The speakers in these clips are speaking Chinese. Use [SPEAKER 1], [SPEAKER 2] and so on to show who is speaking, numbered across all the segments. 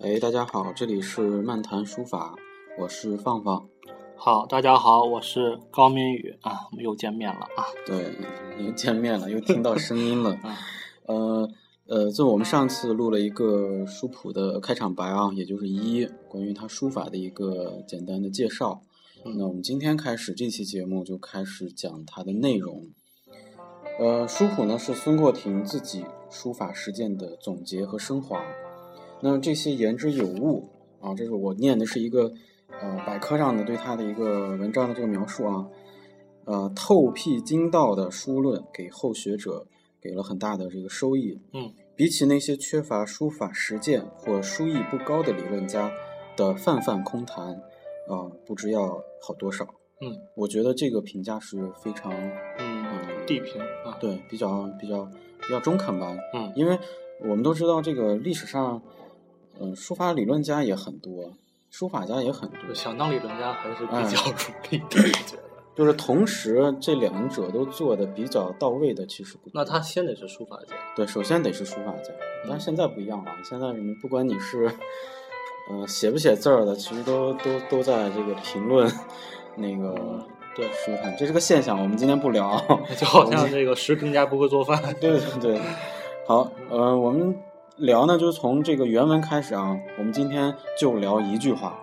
[SPEAKER 1] 哎，大家好，这里是漫谈书法，我是放放。
[SPEAKER 2] 好，大家好，我是高明宇啊，我们又见面了啊。。
[SPEAKER 1] 对，又见面了，又听到声音了
[SPEAKER 2] 嗯
[SPEAKER 1] 呃呃，就我们上次录了一个书谱的开场白啊，也就是一关于他书法的一个简单的介绍。
[SPEAKER 2] 嗯
[SPEAKER 1] 那我们今天开始这期节目就开始讲它的内容。呃，书谱呢是孙过庭自己书法实践的总结和升华。那这些言之有物啊，这是我念的是一个呃百科上的对他的一个文章的这个描述啊，呃，透辟精道的书论给后学者给了很大的这个收益。
[SPEAKER 2] 嗯，
[SPEAKER 1] 比起那些缺乏书法实践或书艺不高的理论家的泛泛空谈，啊、不知要好多少。
[SPEAKER 2] 嗯
[SPEAKER 1] 我觉得这个评价是非常
[SPEAKER 2] 嗯，地平啊，
[SPEAKER 1] 对，比较比较比较中肯吧。
[SPEAKER 2] 嗯
[SPEAKER 1] 因为我们都知道，这个历史上，嗯、书法理论家也很多，书法家也很多，
[SPEAKER 2] 就想当理论家还是比
[SPEAKER 1] 哎
[SPEAKER 2] 较努力的，我觉得。
[SPEAKER 1] 就是同时这两者都做的比较到位的，其实不多
[SPEAKER 2] 那嗯他先得是书法家，
[SPEAKER 1] 对，首先得是书法家，但是现在不一样了，现在你不管你是，呃，写不写字儿的，其实都都都在这个评论 那个
[SPEAKER 2] 嗯对
[SPEAKER 1] 书坛，这是个现象，我们今天不聊。
[SPEAKER 2] 就好像这个食评家不会做饭。
[SPEAKER 1] 对对对，好，呃，我们聊呢，就从这个原文开始啊，我们今天就聊一句话，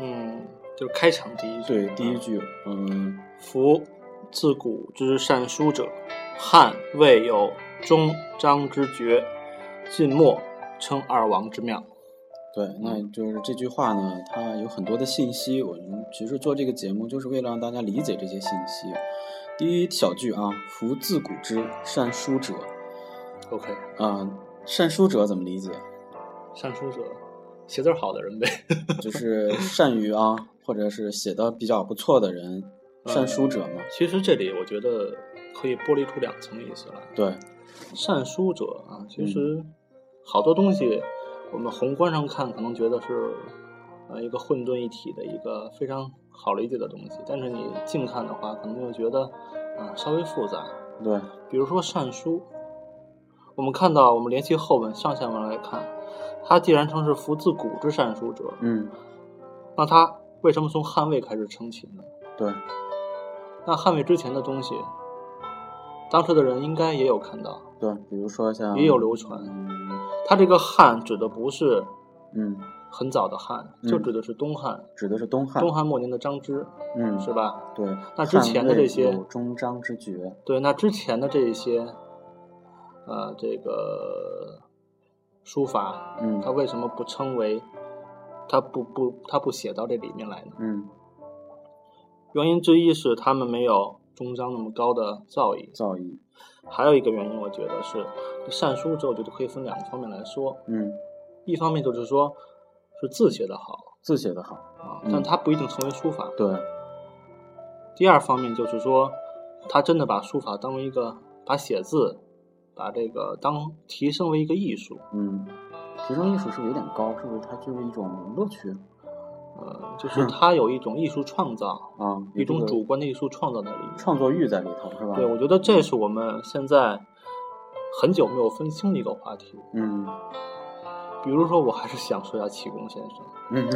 [SPEAKER 2] 嗯，就是开场第一句。
[SPEAKER 1] 对，第一
[SPEAKER 2] 嗯
[SPEAKER 1] 句，嗯，
[SPEAKER 2] 夫自古之善书者，汉魏有中张之绝，晋末称二王之妙。
[SPEAKER 1] 对，那就是这句话呢，它有很多的信息。我们其实做这个节目就是为了让大家理解这些信息。第一小句啊，夫自古之善书者
[SPEAKER 2] OK，
[SPEAKER 1] 啊、善书者怎么理解？
[SPEAKER 2] 善书者，写字儿好的人呗。
[SPEAKER 1] 就是善于啊，或者是写的比较不错的人，善书者嘛。
[SPEAKER 2] 其实这里我觉得可以剥离出两层意思来。
[SPEAKER 1] 对，
[SPEAKER 2] 善书者啊，其实好多东西，我们宏观上看可能觉得是呃一个混沌一体的一个非常好理解的东西，但是你近看的话，可能又觉得啊、稍微复杂。
[SPEAKER 1] 对，
[SPEAKER 2] 比如说善书，我们看到我们联系后文上下文来看，它既然称是夫自古之善书者，
[SPEAKER 1] 嗯，
[SPEAKER 2] 那它为什么从汉魏开始称起呢？
[SPEAKER 1] 对，
[SPEAKER 2] 那汉魏之前的东西，当时的人应该也有看到。
[SPEAKER 1] 对，比如说像
[SPEAKER 2] 也有流传
[SPEAKER 1] 嗯
[SPEAKER 2] 它这个汉指的不是
[SPEAKER 1] 嗯，
[SPEAKER 2] 很早的汉，
[SPEAKER 1] 嗯
[SPEAKER 2] 就指的是东汉，
[SPEAKER 1] 指的是东汉，
[SPEAKER 2] 东汉末年的张芝，
[SPEAKER 1] 嗯，
[SPEAKER 2] 是吧？
[SPEAKER 1] 对。
[SPEAKER 2] 那之前的
[SPEAKER 1] 汉魏
[SPEAKER 2] 这些
[SPEAKER 1] 有中章之绝，
[SPEAKER 2] 对，那之前的这一些，呃，这个书法，
[SPEAKER 1] 嗯
[SPEAKER 2] 它为什么不称为，它不不它不写到这里面来呢？
[SPEAKER 1] 嗯，
[SPEAKER 2] 原因之一是他们没有中章那么高的造诣，
[SPEAKER 1] 造诣，
[SPEAKER 2] 还有一个原因，我觉得是善书之后，我觉得可以分两个方面来说，
[SPEAKER 1] 嗯，
[SPEAKER 2] 一方面就是说是字写得好
[SPEAKER 1] 字写得好，
[SPEAKER 2] 啊，
[SPEAKER 1] 嗯
[SPEAKER 2] 但它不一定成为书法。
[SPEAKER 1] 对，
[SPEAKER 2] 第二方面就是说，他真的把书法当为一个，把写字，把这个当提升为一个艺术。
[SPEAKER 1] 嗯，提升艺术是不是有点高？是不是它就是一种乐趣
[SPEAKER 2] 呃，就是他有一种艺术创造，
[SPEAKER 1] 啊？嗯有
[SPEAKER 2] 一种
[SPEAKER 1] 这个
[SPEAKER 2] 主观的艺术创造在里面。
[SPEAKER 1] 创作欲在里头是吧？
[SPEAKER 2] 对，我觉得这是我们现在很久没有分清的一个话题。
[SPEAKER 1] 嗯
[SPEAKER 2] 比如说，我还是想说一下启功先生
[SPEAKER 1] 嗯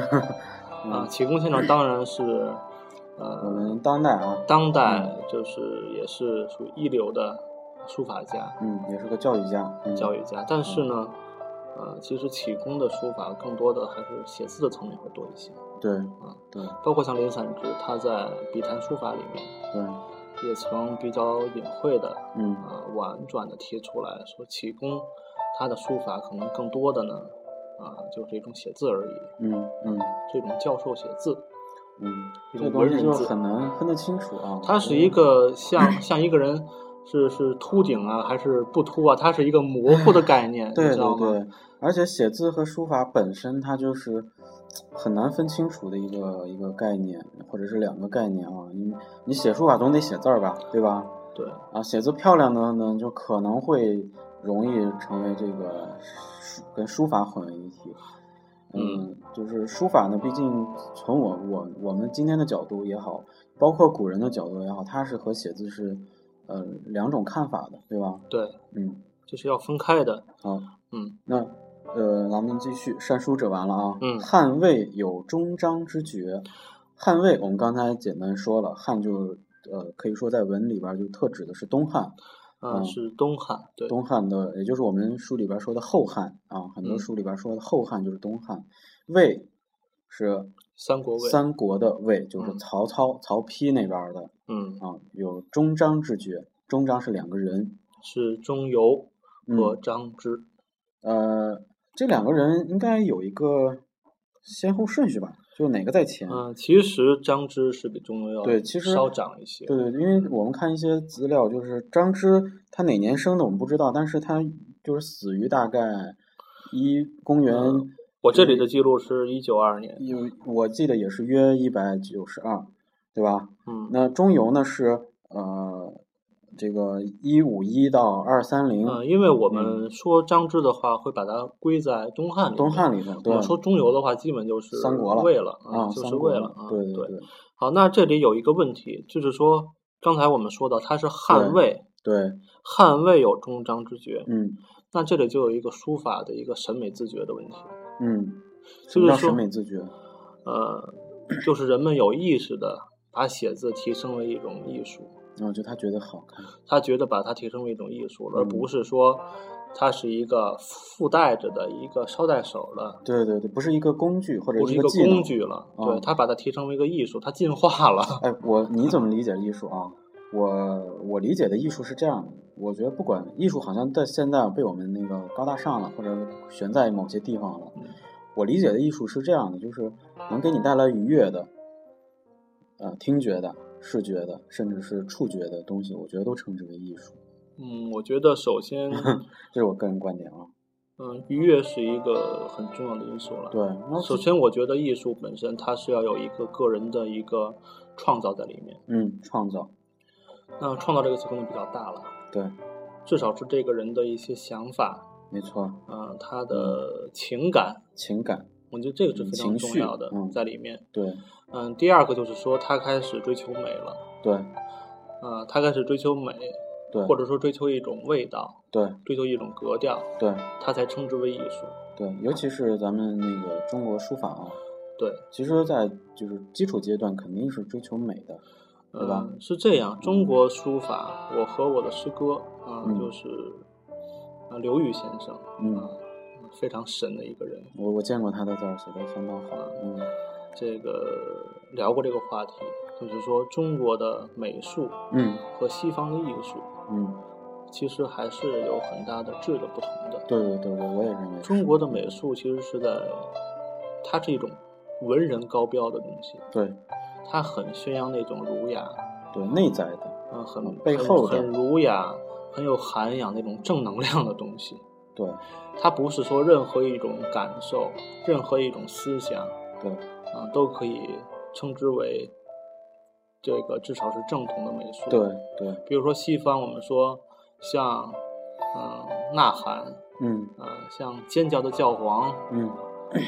[SPEAKER 2] 啊，
[SPEAKER 1] 嗯，
[SPEAKER 2] 启功先生当然是，
[SPEAKER 1] 我
[SPEAKER 2] 呃，
[SPEAKER 1] 们当代啊，
[SPEAKER 2] 当代就是也是属于一流的书法家。
[SPEAKER 1] 嗯，也是个教育家，嗯、
[SPEAKER 2] 教育家，但是呢，呃，其实启功的书法更多的还是写字的层面会多一些，
[SPEAKER 1] 对
[SPEAKER 2] 嗯
[SPEAKER 1] 对
[SPEAKER 2] 包括像林散之，他在笔谈书法里面
[SPEAKER 1] 对，
[SPEAKER 2] 也曾比较隐晦的
[SPEAKER 1] 嗯
[SPEAKER 2] 啊、婉转的提出来说，启功他的书法可能更多的呢，啊、就是一种写字而已，
[SPEAKER 1] 嗯嗯
[SPEAKER 2] 这种教授写字，
[SPEAKER 1] 嗯，
[SPEAKER 2] 一
[SPEAKER 1] 这
[SPEAKER 2] 种
[SPEAKER 1] 东
[SPEAKER 2] 文
[SPEAKER 1] 西
[SPEAKER 2] 人
[SPEAKER 1] 就
[SPEAKER 2] 字
[SPEAKER 1] 很难分得清楚啊。
[SPEAKER 2] 他是一个像像一个人。是是秃顶啊，还是不秃啊？它是一个模糊的概 念，你
[SPEAKER 1] 对
[SPEAKER 2] 知道
[SPEAKER 1] 对
[SPEAKER 2] 吗？
[SPEAKER 1] 对，而且写字和书法本身它就是很难分清楚的一个一个概念，或者是两个概念啊。你你写书法总得写字儿吧，对吧？
[SPEAKER 2] 对，
[SPEAKER 1] 啊，写字漂亮的呢，就可能会容易成为这个书跟书法混为一体。嗯，就是书法呢，毕竟从我我我们今天的角度也好，包括古人的角度也好，它是和写字是呃两种看法的，对吧？
[SPEAKER 2] 对，
[SPEAKER 1] 嗯，
[SPEAKER 2] 这是要分开的。
[SPEAKER 1] 好，
[SPEAKER 2] 嗯，
[SPEAKER 1] 那呃，咱们继续善书者完了啊。
[SPEAKER 2] 嗯
[SPEAKER 1] 汉魏有终章之绝。汉魏，我们刚才简单说了，汉就呃可以说在文里边儿就特指的是东汉，
[SPEAKER 2] 呃，
[SPEAKER 1] 嗯
[SPEAKER 2] 是东汉，对，
[SPEAKER 1] 东汉的，也就是我们书里边说的后汉啊，很多
[SPEAKER 2] 嗯
[SPEAKER 1] 书里边说的后汉就是东汉，魏是
[SPEAKER 2] 三国魏。
[SPEAKER 1] 三国的魏，就是
[SPEAKER 2] 嗯
[SPEAKER 1] 曹操、曹丕那边的
[SPEAKER 2] 嗯，
[SPEAKER 1] 啊，有中章之绝，中章是两个人，
[SPEAKER 2] 是钟繇
[SPEAKER 1] 嗯
[SPEAKER 2] 和张芝。
[SPEAKER 1] 呃，这两个人应该有一个先后顺序吧，就哪个在前？
[SPEAKER 2] 嗯、其实张芝是比钟繇要
[SPEAKER 1] 对其实
[SPEAKER 2] 稍长一些。
[SPEAKER 1] 对对，因为我们看一些资料，就是张芝他哪年生的我们不知道，但是他就是死于大概一公元、
[SPEAKER 2] 嗯我这里的记录是一九二年。
[SPEAKER 1] 有我记得也是约一百九十二，对吧？
[SPEAKER 2] 嗯，
[SPEAKER 1] 那中游呢是呃这个一五一到二三零
[SPEAKER 2] 嗯，因为我们说张芝的话，会把它归在东汉里面。
[SPEAKER 1] 东汉里头，
[SPEAKER 2] 我
[SPEAKER 1] 对，
[SPEAKER 2] 们说中游的话，基本就是
[SPEAKER 1] 三国了
[SPEAKER 2] 魏了
[SPEAKER 1] 啊，
[SPEAKER 2] 就
[SPEAKER 1] 三
[SPEAKER 2] 是
[SPEAKER 1] 国
[SPEAKER 2] 魏了啊。
[SPEAKER 1] 对对
[SPEAKER 2] 好，那这里有一个问题，就是说刚才我们说到它是汉魏，
[SPEAKER 1] 对，
[SPEAKER 2] 汉魏有中章之绝，
[SPEAKER 1] 嗯
[SPEAKER 2] 那这里就有一个书法的一个审美自觉的问题，
[SPEAKER 1] 嗯，什
[SPEAKER 2] 就
[SPEAKER 1] 么叫
[SPEAKER 2] 是说
[SPEAKER 1] 审美自觉？
[SPEAKER 2] 呃，就是人们有意识的把写字提升为一种艺术，
[SPEAKER 1] 我觉得他觉得好看，
[SPEAKER 2] 他觉得把它提升为一种艺术了，而
[SPEAKER 1] 嗯
[SPEAKER 2] 不是说它是一个附带着的一个捎带手的。
[SPEAKER 1] 对对对，不是一个工具或者
[SPEAKER 2] 不是一
[SPEAKER 1] 个
[SPEAKER 2] 个
[SPEAKER 1] 技能
[SPEAKER 2] 工。具了，
[SPEAKER 1] 啊
[SPEAKER 2] 对他把它提升为一个艺术，他进化了。
[SPEAKER 1] 哎，我你怎么理解艺术啊？我我理解的艺术是这样的，我觉得不管艺术好像在现在被我们那个高大上了，或者悬在某些地方了
[SPEAKER 2] 嗯。
[SPEAKER 1] 我理解的艺术是这样的，就是能给你带来愉悦的，呃，听觉的、视觉的，甚至是触觉的东西，我觉得都称之为艺术。
[SPEAKER 2] 嗯，我觉得 首先
[SPEAKER 1] 这是我个人观点啊。
[SPEAKER 2] 嗯，愉悦是一个很重要的因素了。
[SPEAKER 1] 对，那
[SPEAKER 2] 首先我觉得艺术本身它是要有一个个人的一个创造在里面。
[SPEAKER 1] 嗯，创造，
[SPEAKER 2] 那创造这个词可能比较大了，
[SPEAKER 1] 对，
[SPEAKER 2] 至少是这个人的一些想法，
[SPEAKER 1] 没错，
[SPEAKER 2] 嗯，他的情感，
[SPEAKER 1] 情感，
[SPEAKER 2] 我觉得这个是非
[SPEAKER 1] 情
[SPEAKER 2] 常重
[SPEAKER 1] 绪
[SPEAKER 2] 要的
[SPEAKER 1] 嗯
[SPEAKER 2] 在里面。
[SPEAKER 1] 对
[SPEAKER 2] 嗯，第二个就是说他开始追求美了，
[SPEAKER 1] 对
[SPEAKER 2] 啊，他开始追求美，
[SPEAKER 1] 对，
[SPEAKER 2] 或者说追求一种味道，
[SPEAKER 1] 对
[SPEAKER 2] 追求一种格调，
[SPEAKER 1] 对
[SPEAKER 2] 他才称之为艺术。
[SPEAKER 1] 对，尤其是咱们那个中国书法啊，
[SPEAKER 2] 对，
[SPEAKER 1] 其实，在就是基础阶段，肯定是追求美的。对吧
[SPEAKER 2] 嗯，是这样，中国书法，我和我的师哥啊、
[SPEAKER 1] 嗯
[SPEAKER 2] 就是啊、刘禹先生啊、
[SPEAKER 1] 嗯，
[SPEAKER 2] 非常神的一个人。
[SPEAKER 1] 我我见过他的字儿，写的相当好。嗯
[SPEAKER 2] 这个聊过这个话题，就是说中国的美术
[SPEAKER 1] 嗯
[SPEAKER 2] 和西方的艺术
[SPEAKER 1] 嗯，
[SPEAKER 2] 其实还是有很大的质的不同的。
[SPEAKER 1] 对对对，我我也认为是。
[SPEAKER 2] 中国的美术其实是在，它是一种文人高标的东西，
[SPEAKER 1] 对
[SPEAKER 2] 它很宣扬那种儒雅，
[SPEAKER 1] 对内在的，
[SPEAKER 2] 嗯，很
[SPEAKER 1] 哦背后的
[SPEAKER 2] 很很儒雅，很有涵养那种正能量的东西。
[SPEAKER 1] 对
[SPEAKER 2] 它不是说任何一种感受、任何一种思想
[SPEAKER 1] 对
[SPEAKER 2] 啊，都可以称之为这个至少是正统的美术。
[SPEAKER 1] 对，对，
[SPEAKER 2] 比如说西方，我们说像嗯、呐喊
[SPEAKER 1] 嗯
[SPEAKER 2] 啊，像尖叫的教皇
[SPEAKER 1] 嗯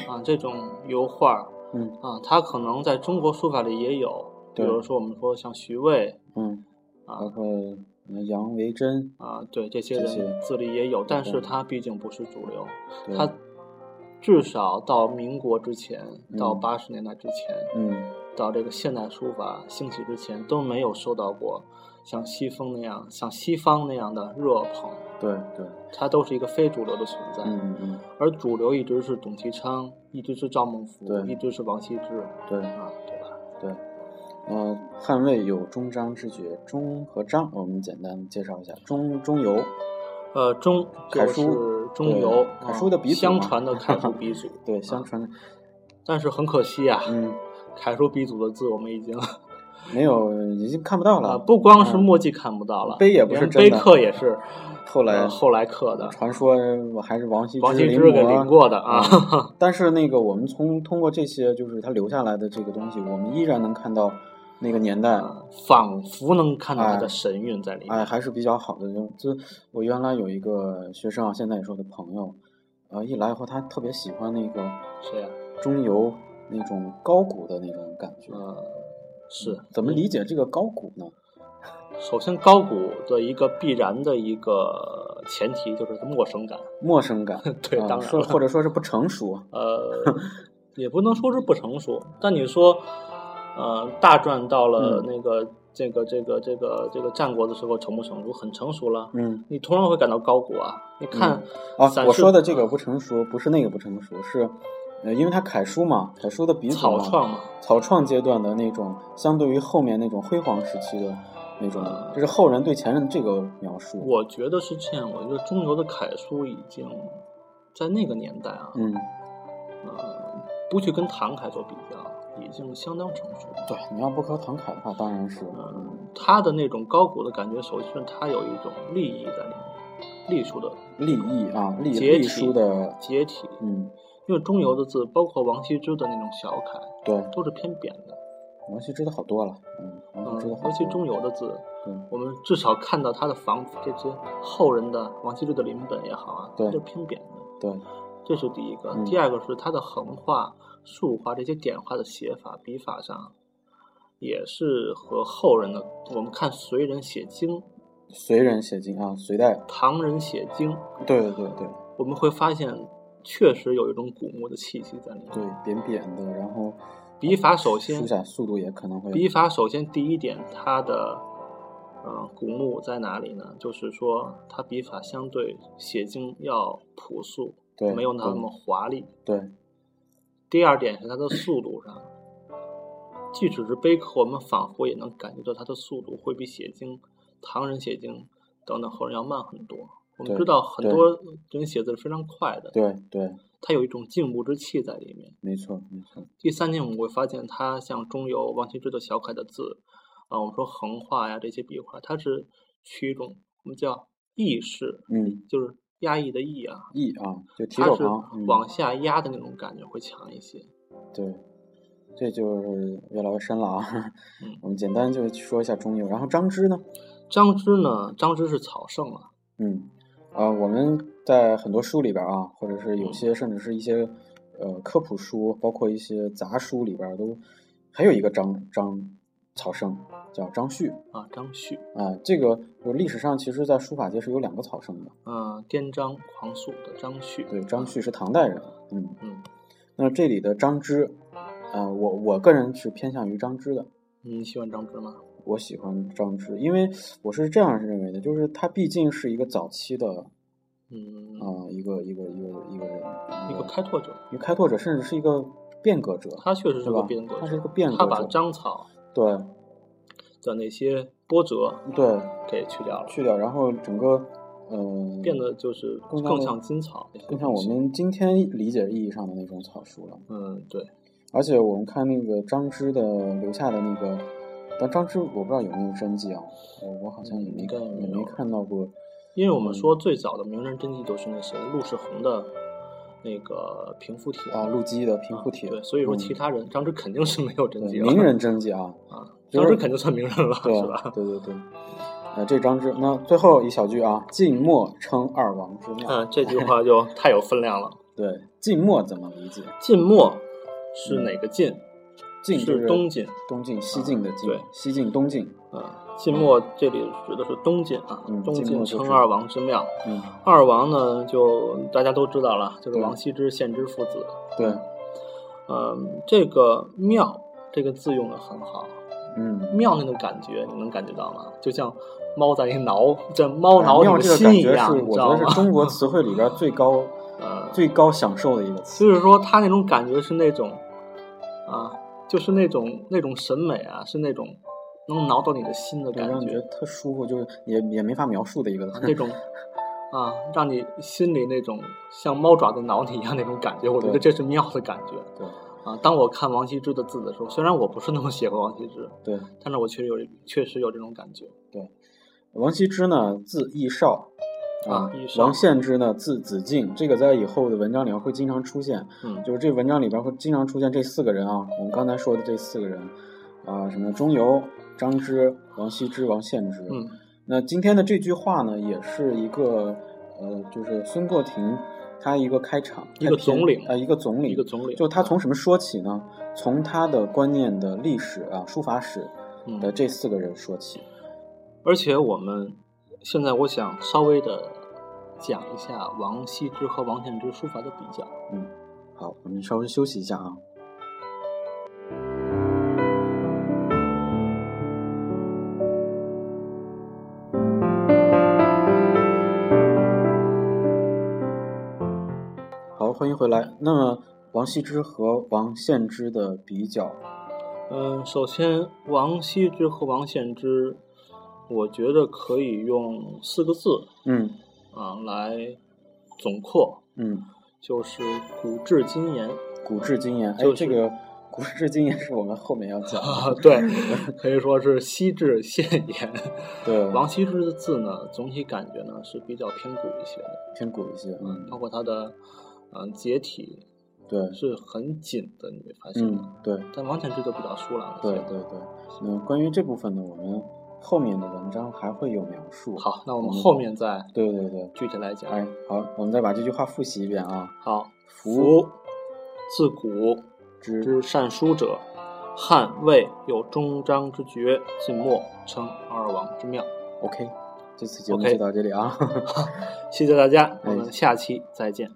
[SPEAKER 2] 啊这种油画
[SPEAKER 1] 嗯
[SPEAKER 2] 啊，它可能在中国书法里也有，比
[SPEAKER 1] 对
[SPEAKER 2] 如说我们说像徐渭
[SPEAKER 1] 嗯，
[SPEAKER 2] 啊
[SPEAKER 1] 包括呃杨维桢，
[SPEAKER 2] 啊，对这些
[SPEAKER 1] 这些
[SPEAKER 2] 人字里也有，但
[SPEAKER 1] 对
[SPEAKER 2] 是它毕竟不是主流，
[SPEAKER 1] 对
[SPEAKER 2] 它至少到民国之前，到
[SPEAKER 1] 嗯
[SPEAKER 2] 八十年代之前，
[SPEAKER 1] 嗯
[SPEAKER 2] 到这个现代书法兴起之前，都没有受到过像西风那样、像西方那样的热捧，
[SPEAKER 1] 对对，
[SPEAKER 2] 它都是一个非主流的存在。
[SPEAKER 1] 嗯嗯
[SPEAKER 2] 而主流一直是董其昌，一直是赵孟頫，
[SPEAKER 1] 对
[SPEAKER 2] 一直是王羲之
[SPEAKER 1] 对。
[SPEAKER 2] 啊，对吧？
[SPEAKER 1] 对，呃，汉魏有中章之绝，中和章，我们简单介绍一下。中中游，
[SPEAKER 2] 呃，钟
[SPEAKER 1] 楷
[SPEAKER 2] 就
[SPEAKER 1] 书
[SPEAKER 2] 是钟
[SPEAKER 1] 对
[SPEAKER 2] 繇，
[SPEAKER 1] 楷书的鼻祖嘛。
[SPEAKER 2] 相传的楷书鼻祖
[SPEAKER 1] 对，相传的，
[SPEAKER 2] 但是很可惜啊，
[SPEAKER 1] 嗯，
[SPEAKER 2] 楷书鼻祖的字我们已经
[SPEAKER 1] 没有，已经看不到
[SPEAKER 2] 啊，
[SPEAKER 1] 了。
[SPEAKER 2] 不光是
[SPEAKER 1] 嗯
[SPEAKER 2] 墨迹看不到了，
[SPEAKER 1] 碑也不是
[SPEAKER 2] 连
[SPEAKER 1] 真
[SPEAKER 2] 碑
[SPEAKER 1] 的
[SPEAKER 2] 刻也是
[SPEAKER 1] 后来
[SPEAKER 2] 呃后来刻的，
[SPEAKER 1] 传说我还是王羲
[SPEAKER 2] 王羲
[SPEAKER 1] 之
[SPEAKER 2] 之给临过的啊。
[SPEAKER 1] 啊。但是那个，我们从通过这些，就是他留下来的这个东西，我们依然能看到那个年代，
[SPEAKER 2] 啊， 仿佛能看到他的神韵在里面。
[SPEAKER 1] 哎，还是比较好的。就就我原来有一个学生啊，现在也是我的朋友，呃，一来以后他特别喜欢那个
[SPEAKER 2] 谁呀、
[SPEAKER 1] 中游那种高古的那种感觉。
[SPEAKER 2] 呃，是
[SPEAKER 1] 怎么理解这个高古呢？
[SPEAKER 2] 首先高古的一个必然的一个前提就是陌生感，
[SPEAKER 1] 陌生感，
[SPEAKER 2] 对，
[SPEAKER 1] 啊
[SPEAKER 2] 当然
[SPEAKER 1] 嗯说
[SPEAKER 2] 了，
[SPEAKER 1] 或者说是不成熟，
[SPEAKER 2] 呃，也不能说是不成熟，但你说，呃，大篆到了
[SPEAKER 1] 嗯
[SPEAKER 2] 那个、这个这个这个这个战国的时候成不成熟？很成熟了，
[SPEAKER 1] 嗯
[SPEAKER 2] 你突然会感到高古啊！你看，
[SPEAKER 1] 啊，
[SPEAKER 2] 散
[SPEAKER 1] 我
[SPEAKER 2] 士
[SPEAKER 1] 说的这个不成熟不是那个不成熟，是呃，因为他楷书嘛，楷书的鼻祖
[SPEAKER 2] 草
[SPEAKER 1] 嘛
[SPEAKER 2] 创嘛，
[SPEAKER 1] 草创阶段的那种，相对于后面那种辉煌时期的那种，
[SPEAKER 2] 呃
[SPEAKER 1] 这是后人对前人的这个描述。
[SPEAKER 2] 我觉得是这样。我觉得中游的楷书已经在那个年代啊，
[SPEAKER 1] 嗯，
[SPEAKER 2] 呃，不去跟唐楷做比较，已经相当成熟了。
[SPEAKER 1] 对，你要不考唐楷的话，当然是
[SPEAKER 2] 嗯，他的那种高古的感觉，首先他有一种利益在里面，隶书的
[SPEAKER 1] 立意啊，立
[SPEAKER 2] 解
[SPEAKER 1] 隶
[SPEAKER 2] 体
[SPEAKER 1] 书的，
[SPEAKER 2] 解体，
[SPEAKER 1] 嗯，
[SPEAKER 2] 因为中游的字，包括王羲之的那种小楷，
[SPEAKER 1] 对，
[SPEAKER 2] 都是偏扁的。
[SPEAKER 1] 王羲之的好多了，嗯，王羲之的
[SPEAKER 2] 嗯，
[SPEAKER 1] 好
[SPEAKER 2] 尤其
[SPEAKER 1] 多
[SPEAKER 2] 中
[SPEAKER 1] 了，
[SPEAKER 2] 游的字，
[SPEAKER 1] 嗯
[SPEAKER 2] 我们至少看到他的仿这些后人的王羲之的临本也好啊，
[SPEAKER 1] 对
[SPEAKER 2] 都是偏扁的。
[SPEAKER 1] 对，
[SPEAKER 2] 这是第一个。
[SPEAKER 1] 嗯
[SPEAKER 2] 第二个是它的横画、竖画这些点画的写法、笔法上，也是和后人的我们看隋人写经、
[SPEAKER 1] 隋人写经啊，隋代，
[SPEAKER 2] 唐人写经，
[SPEAKER 1] 对对对
[SPEAKER 2] 我们会发现确实有一种古墓的气息在里面。
[SPEAKER 1] 对，扁扁的，然后
[SPEAKER 2] 笔法首先
[SPEAKER 1] 书写速度也可能会
[SPEAKER 2] 笔法首先第一点，它的呃古墓在哪里呢？就是说它笔法相对写经要朴素，
[SPEAKER 1] 对
[SPEAKER 2] 没有那么华丽。
[SPEAKER 1] 对
[SPEAKER 2] 第二点是它的速度上，即使是碑刻，我们仿佛也能感觉到它的速度会比写经、唐人写经等等后人要慢很多。我们
[SPEAKER 1] 对
[SPEAKER 2] 知道很多人写字是非常快的，
[SPEAKER 1] 对对，
[SPEAKER 2] 它有一种进步之气在里面。
[SPEAKER 1] 没错没错，
[SPEAKER 2] 第三点，我们会发现它像中游王羲之的小楷的字，啊，我们说横画呀这些笔画，它是取一种我们叫抑势，
[SPEAKER 1] 嗯，
[SPEAKER 2] 就是压抑的抑啊，
[SPEAKER 1] 意啊，就提
[SPEAKER 2] 它
[SPEAKER 1] 手
[SPEAKER 2] 是
[SPEAKER 1] 旁，嗯
[SPEAKER 2] 往下压的那种感觉会强一些。
[SPEAKER 1] 对，这就是越来越深了啊。
[SPEAKER 2] 嗯
[SPEAKER 1] 我们简单就说一下中游，然后张芝呢，
[SPEAKER 2] 张芝呢，张芝是草圣啊，
[SPEAKER 1] 嗯，啊，我们在很多书里边啊，或者是有
[SPEAKER 2] 嗯
[SPEAKER 1] 些甚至是一些呃科普书，包括一些杂书里边都还有一个张张草生叫张旭
[SPEAKER 2] 啊，张旭，
[SPEAKER 1] 啊，这个就历史上其实在书法界是有两个草生的，
[SPEAKER 2] 嗯、颠章狂肃的张旭，
[SPEAKER 1] 对，张旭是唐代人，嗯，
[SPEAKER 2] 嗯
[SPEAKER 1] 那这里的张芝，啊、我我个人是偏向于张芝的，
[SPEAKER 2] 你喜欢张芝吗？
[SPEAKER 1] 我喜欢张芝，因为我是这样认为的，就是他毕竟是一个早期的
[SPEAKER 2] 嗯，
[SPEAKER 1] 啊、一个一个一个一个人，
[SPEAKER 2] 一
[SPEAKER 1] 一
[SPEAKER 2] 个开拓者，
[SPEAKER 1] 一个开拓者，甚至是一个变革者，
[SPEAKER 2] 他确实是
[SPEAKER 1] 对
[SPEAKER 2] 个
[SPEAKER 1] 吧
[SPEAKER 2] 变革者，
[SPEAKER 1] 他是一个变革
[SPEAKER 2] 他把
[SPEAKER 1] 者
[SPEAKER 2] 章草
[SPEAKER 1] 对
[SPEAKER 2] 的那些波折
[SPEAKER 1] 对
[SPEAKER 2] 给去掉了，
[SPEAKER 1] 去掉，然后整个嗯、呃
[SPEAKER 2] 变得就是
[SPEAKER 1] 更像
[SPEAKER 2] 更像金草，
[SPEAKER 1] 更像我。们今天理解意义上的那种草书了。
[SPEAKER 2] 嗯，对，
[SPEAKER 1] 而且我们看那个张芝的留下的那个，但张芝我不知道有没有真迹啊，我我好像也没
[SPEAKER 2] 应该没
[SPEAKER 1] 也
[SPEAKER 2] 有
[SPEAKER 1] 没看到过。
[SPEAKER 2] 因为我
[SPEAKER 1] 嗯
[SPEAKER 2] 们说最早的名人真迹都是那谁陆世宏的那个平复帖
[SPEAKER 1] 啊，陆机的平复帖、
[SPEAKER 2] 对，所以说
[SPEAKER 1] 嗯
[SPEAKER 2] 其他人张芝肯定是没有真迹
[SPEAKER 1] 对
[SPEAKER 2] 了，
[SPEAKER 1] 名人真迹啊，
[SPEAKER 2] 啊，
[SPEAKER 1] 就是
[SPEAKER 2] 张芝肯定算名人了，
[SPEAKER 1] 对啊
[SPEAKER 2] 是吧？
[SPEAKER 1] 对对对，呃，这张芝，那最后一小句啊，晋末称二王之妙。
[SPEAKER 2] 嗯，这句话就太有分量了。
[SPEAKER 1] 对，晋末怎么理解？
[SPEAKER 2] 晋末是哪个晋？
[SPEAKER 1] 嗯晋就是
[SPEAKER 2] 东晋。嗯
[SPEAKER 1] 东晋、西晋的晋
[SPEAKER 2] 对，
[SPEAKER 1] 西晋、东晋。
[SPEAKER 2] 啊，晋末这里指的是东晋啊，
[SPEAKER 1] 嗯
[SPEAKER 2] 东
[SPEAKER 1] 晋
[SPEAKER 2] 晋
[SPEAKER 1] 末就是
[SPEAKER 2] 称二王之庙。
[SPEAKER 1] 嗯，
[SPEAKER 2] 二王呢，就大家都知道了，就是
[SPEAKER 1] 对
[SPEAKER 2] 王羲之、献之父子。
[SPEAKER 1] 对，
[SPEAKER 2] 嗯，这个庙这个字用的很好，
[SPEAKER 1] 嗯，
[SPEAKER 2] 庙那种感觉你能感觉到吗？就像猫在一挠，这猫
[SPEAKER 1] 哎
[SPEAKER 2] 挠你
[SPEAKER 1] 妙
[SPEAKER 2] 的
[SPEAKER 1] 这个感
[SPEAKER 2] 心一
[SPEAKER 1] 觉
[SPEAKER 2] 样，
[SPEAKER 1] 是，
[SPEAKER 2] 你
[SPEAKER 1] 我
[SPEAKER 2] 知
[SPEAKER 1] 觉
[SPEAKER 2] 道
[SPEAKER 1] 得
[SPEAKER 2] 吗
[SPEAKER 1] 是？中国词汇里边最高、
[SPEAKER 2] 呃，
[SPEAKER 1] 最高享受的一个词。
[SPEAKER 2] 所以说他那种感觉是那种，啊，就是那种那种审美啊，是那种能挠到你的心的
[SPEAKER 1] 对，
[SPEAKER 2] 感
[SPEAKER 1] 让你觉
[SPEAKER 2] 觉
[SPEAKER 1] 得，特舒服，就是也也没法描述的一 个词。
[SPEAKER 2] 那种啊，让你心里那种像猫爪子挠你一样那种感觉，我觉得
[SPEAKER 1] 对
[SPEAKER 2] 这是妙的感觉
[SPEAKER 1] 对
[SPEAKER 2] 啊。当我看王羲之的字的时候，虽然我不是那么喜欢王羲之，
[SPEAKER 1] 对，
[SPEAKER 2] 但是我确实有确实有这种感觉。
[SPEAKER 1] 王羲之呢，字义绍，
[SPEAKER 2] 啊义绍
[SPEAKER 1] 王献之呢，字子敬。这个在以后的文章里面会经常出现，
[SPEAKER 2] 嗯，
[SPEAKER 1] 就是这文章里边会经常出现这四个人啊，我们刚才说的这四个人，啊、什么钟繇、张芝、王羲之、王献之。
[SPEAKER 2] 嗯
[SPEAKER 1] 那今天的这句话呢，也是一个呃，就是孙过庭他一个开场，
[SPEAKER 2] 一
[SPEAKER 1] 开
[SPEAKER 2] 个
[SPEAKER 1] 篇
[SPEAKER 2] 总领
[SPEAKER 1] 呃，一个总领，
[SPEAKER 2] 一个总领
[SPEAKER 1] 就他从什么说起呢？从他的观念的历史啊，书法史
[SPEAKER 2] 嗯
[SPEAKER 1] 的这四个人说起。
[SPEAKER 2] 而且我们现在我想稍微的讲一下王羲之和王献之书法的比较。
[SPEAKER 1] 好，我们稍微休息一下啊。好，欢迎回来。那么，王羲之和王献之的比较，
[SPEAKER 2] 嗯，首先王羲之和王献之，我觉得可以用四个字
[SPEAKER 1] 嗯
[SPEAKER 2] 啊来总括，
[SPEAKER 1] 嗯，
[SPEAKER 2] 就是古至今言。
[SPEAKER 1] 古至今言，哎，
[SPEAKER 2] 就是
[SPEAKER 1] 这个古至今言是我们后面要讲
[SPEAKER 2] 啊，
[SPEAKER 1] 的。
[SPEAKER 2] 对，可以说是羲至现言。
[SPEAKER 1] 对，
[SPEAKER 2] 王羲之的字呢，总体感觉呢是比较偏古一些的，
[SPEAKER 1] 偏古一些，嗯，
[SPEAKER 2] 包括它的嗯结体
[SPEAKER 1] 对，
[SPEAKER 2] 是很紧的，你会发现吗。
[SPEAKER 1] 嗯对。
[SPEAKER 2] 但王献之就比较疏朗一
[SPEAKER 1] 对
[SPEAKER 2] 些。
[SPEAKER 1] 对对，嗯，关于这部分呢，我们后面的文章还会有描述。，
[SPEAKER 2] 好，那我们后面再
[SPEAKER 1] 对对对，
[SPEAKER 2] 具体来讲。
[SPEAKER 1] 哎，好，我们再把这句话复习一遍啊。
[SPEAKER 2] 好，
[SPEAKER 1] 夫
[SPEAKER 2] 夫自古
[SPEAKER 1] 之
[SPEAKER 2] 之善书者，汉魏有中章之绝，晋末称二王之妙。
[SPEAKER 1] ，OK，这次节目
[SPEAKER 2] OK
[SPEAKER 1] 就到这里啊。
[SPEAKER 2] 谢谢大家，我
[SPEAKER 1] 哎
[SPEAKER 2] 们下期再见。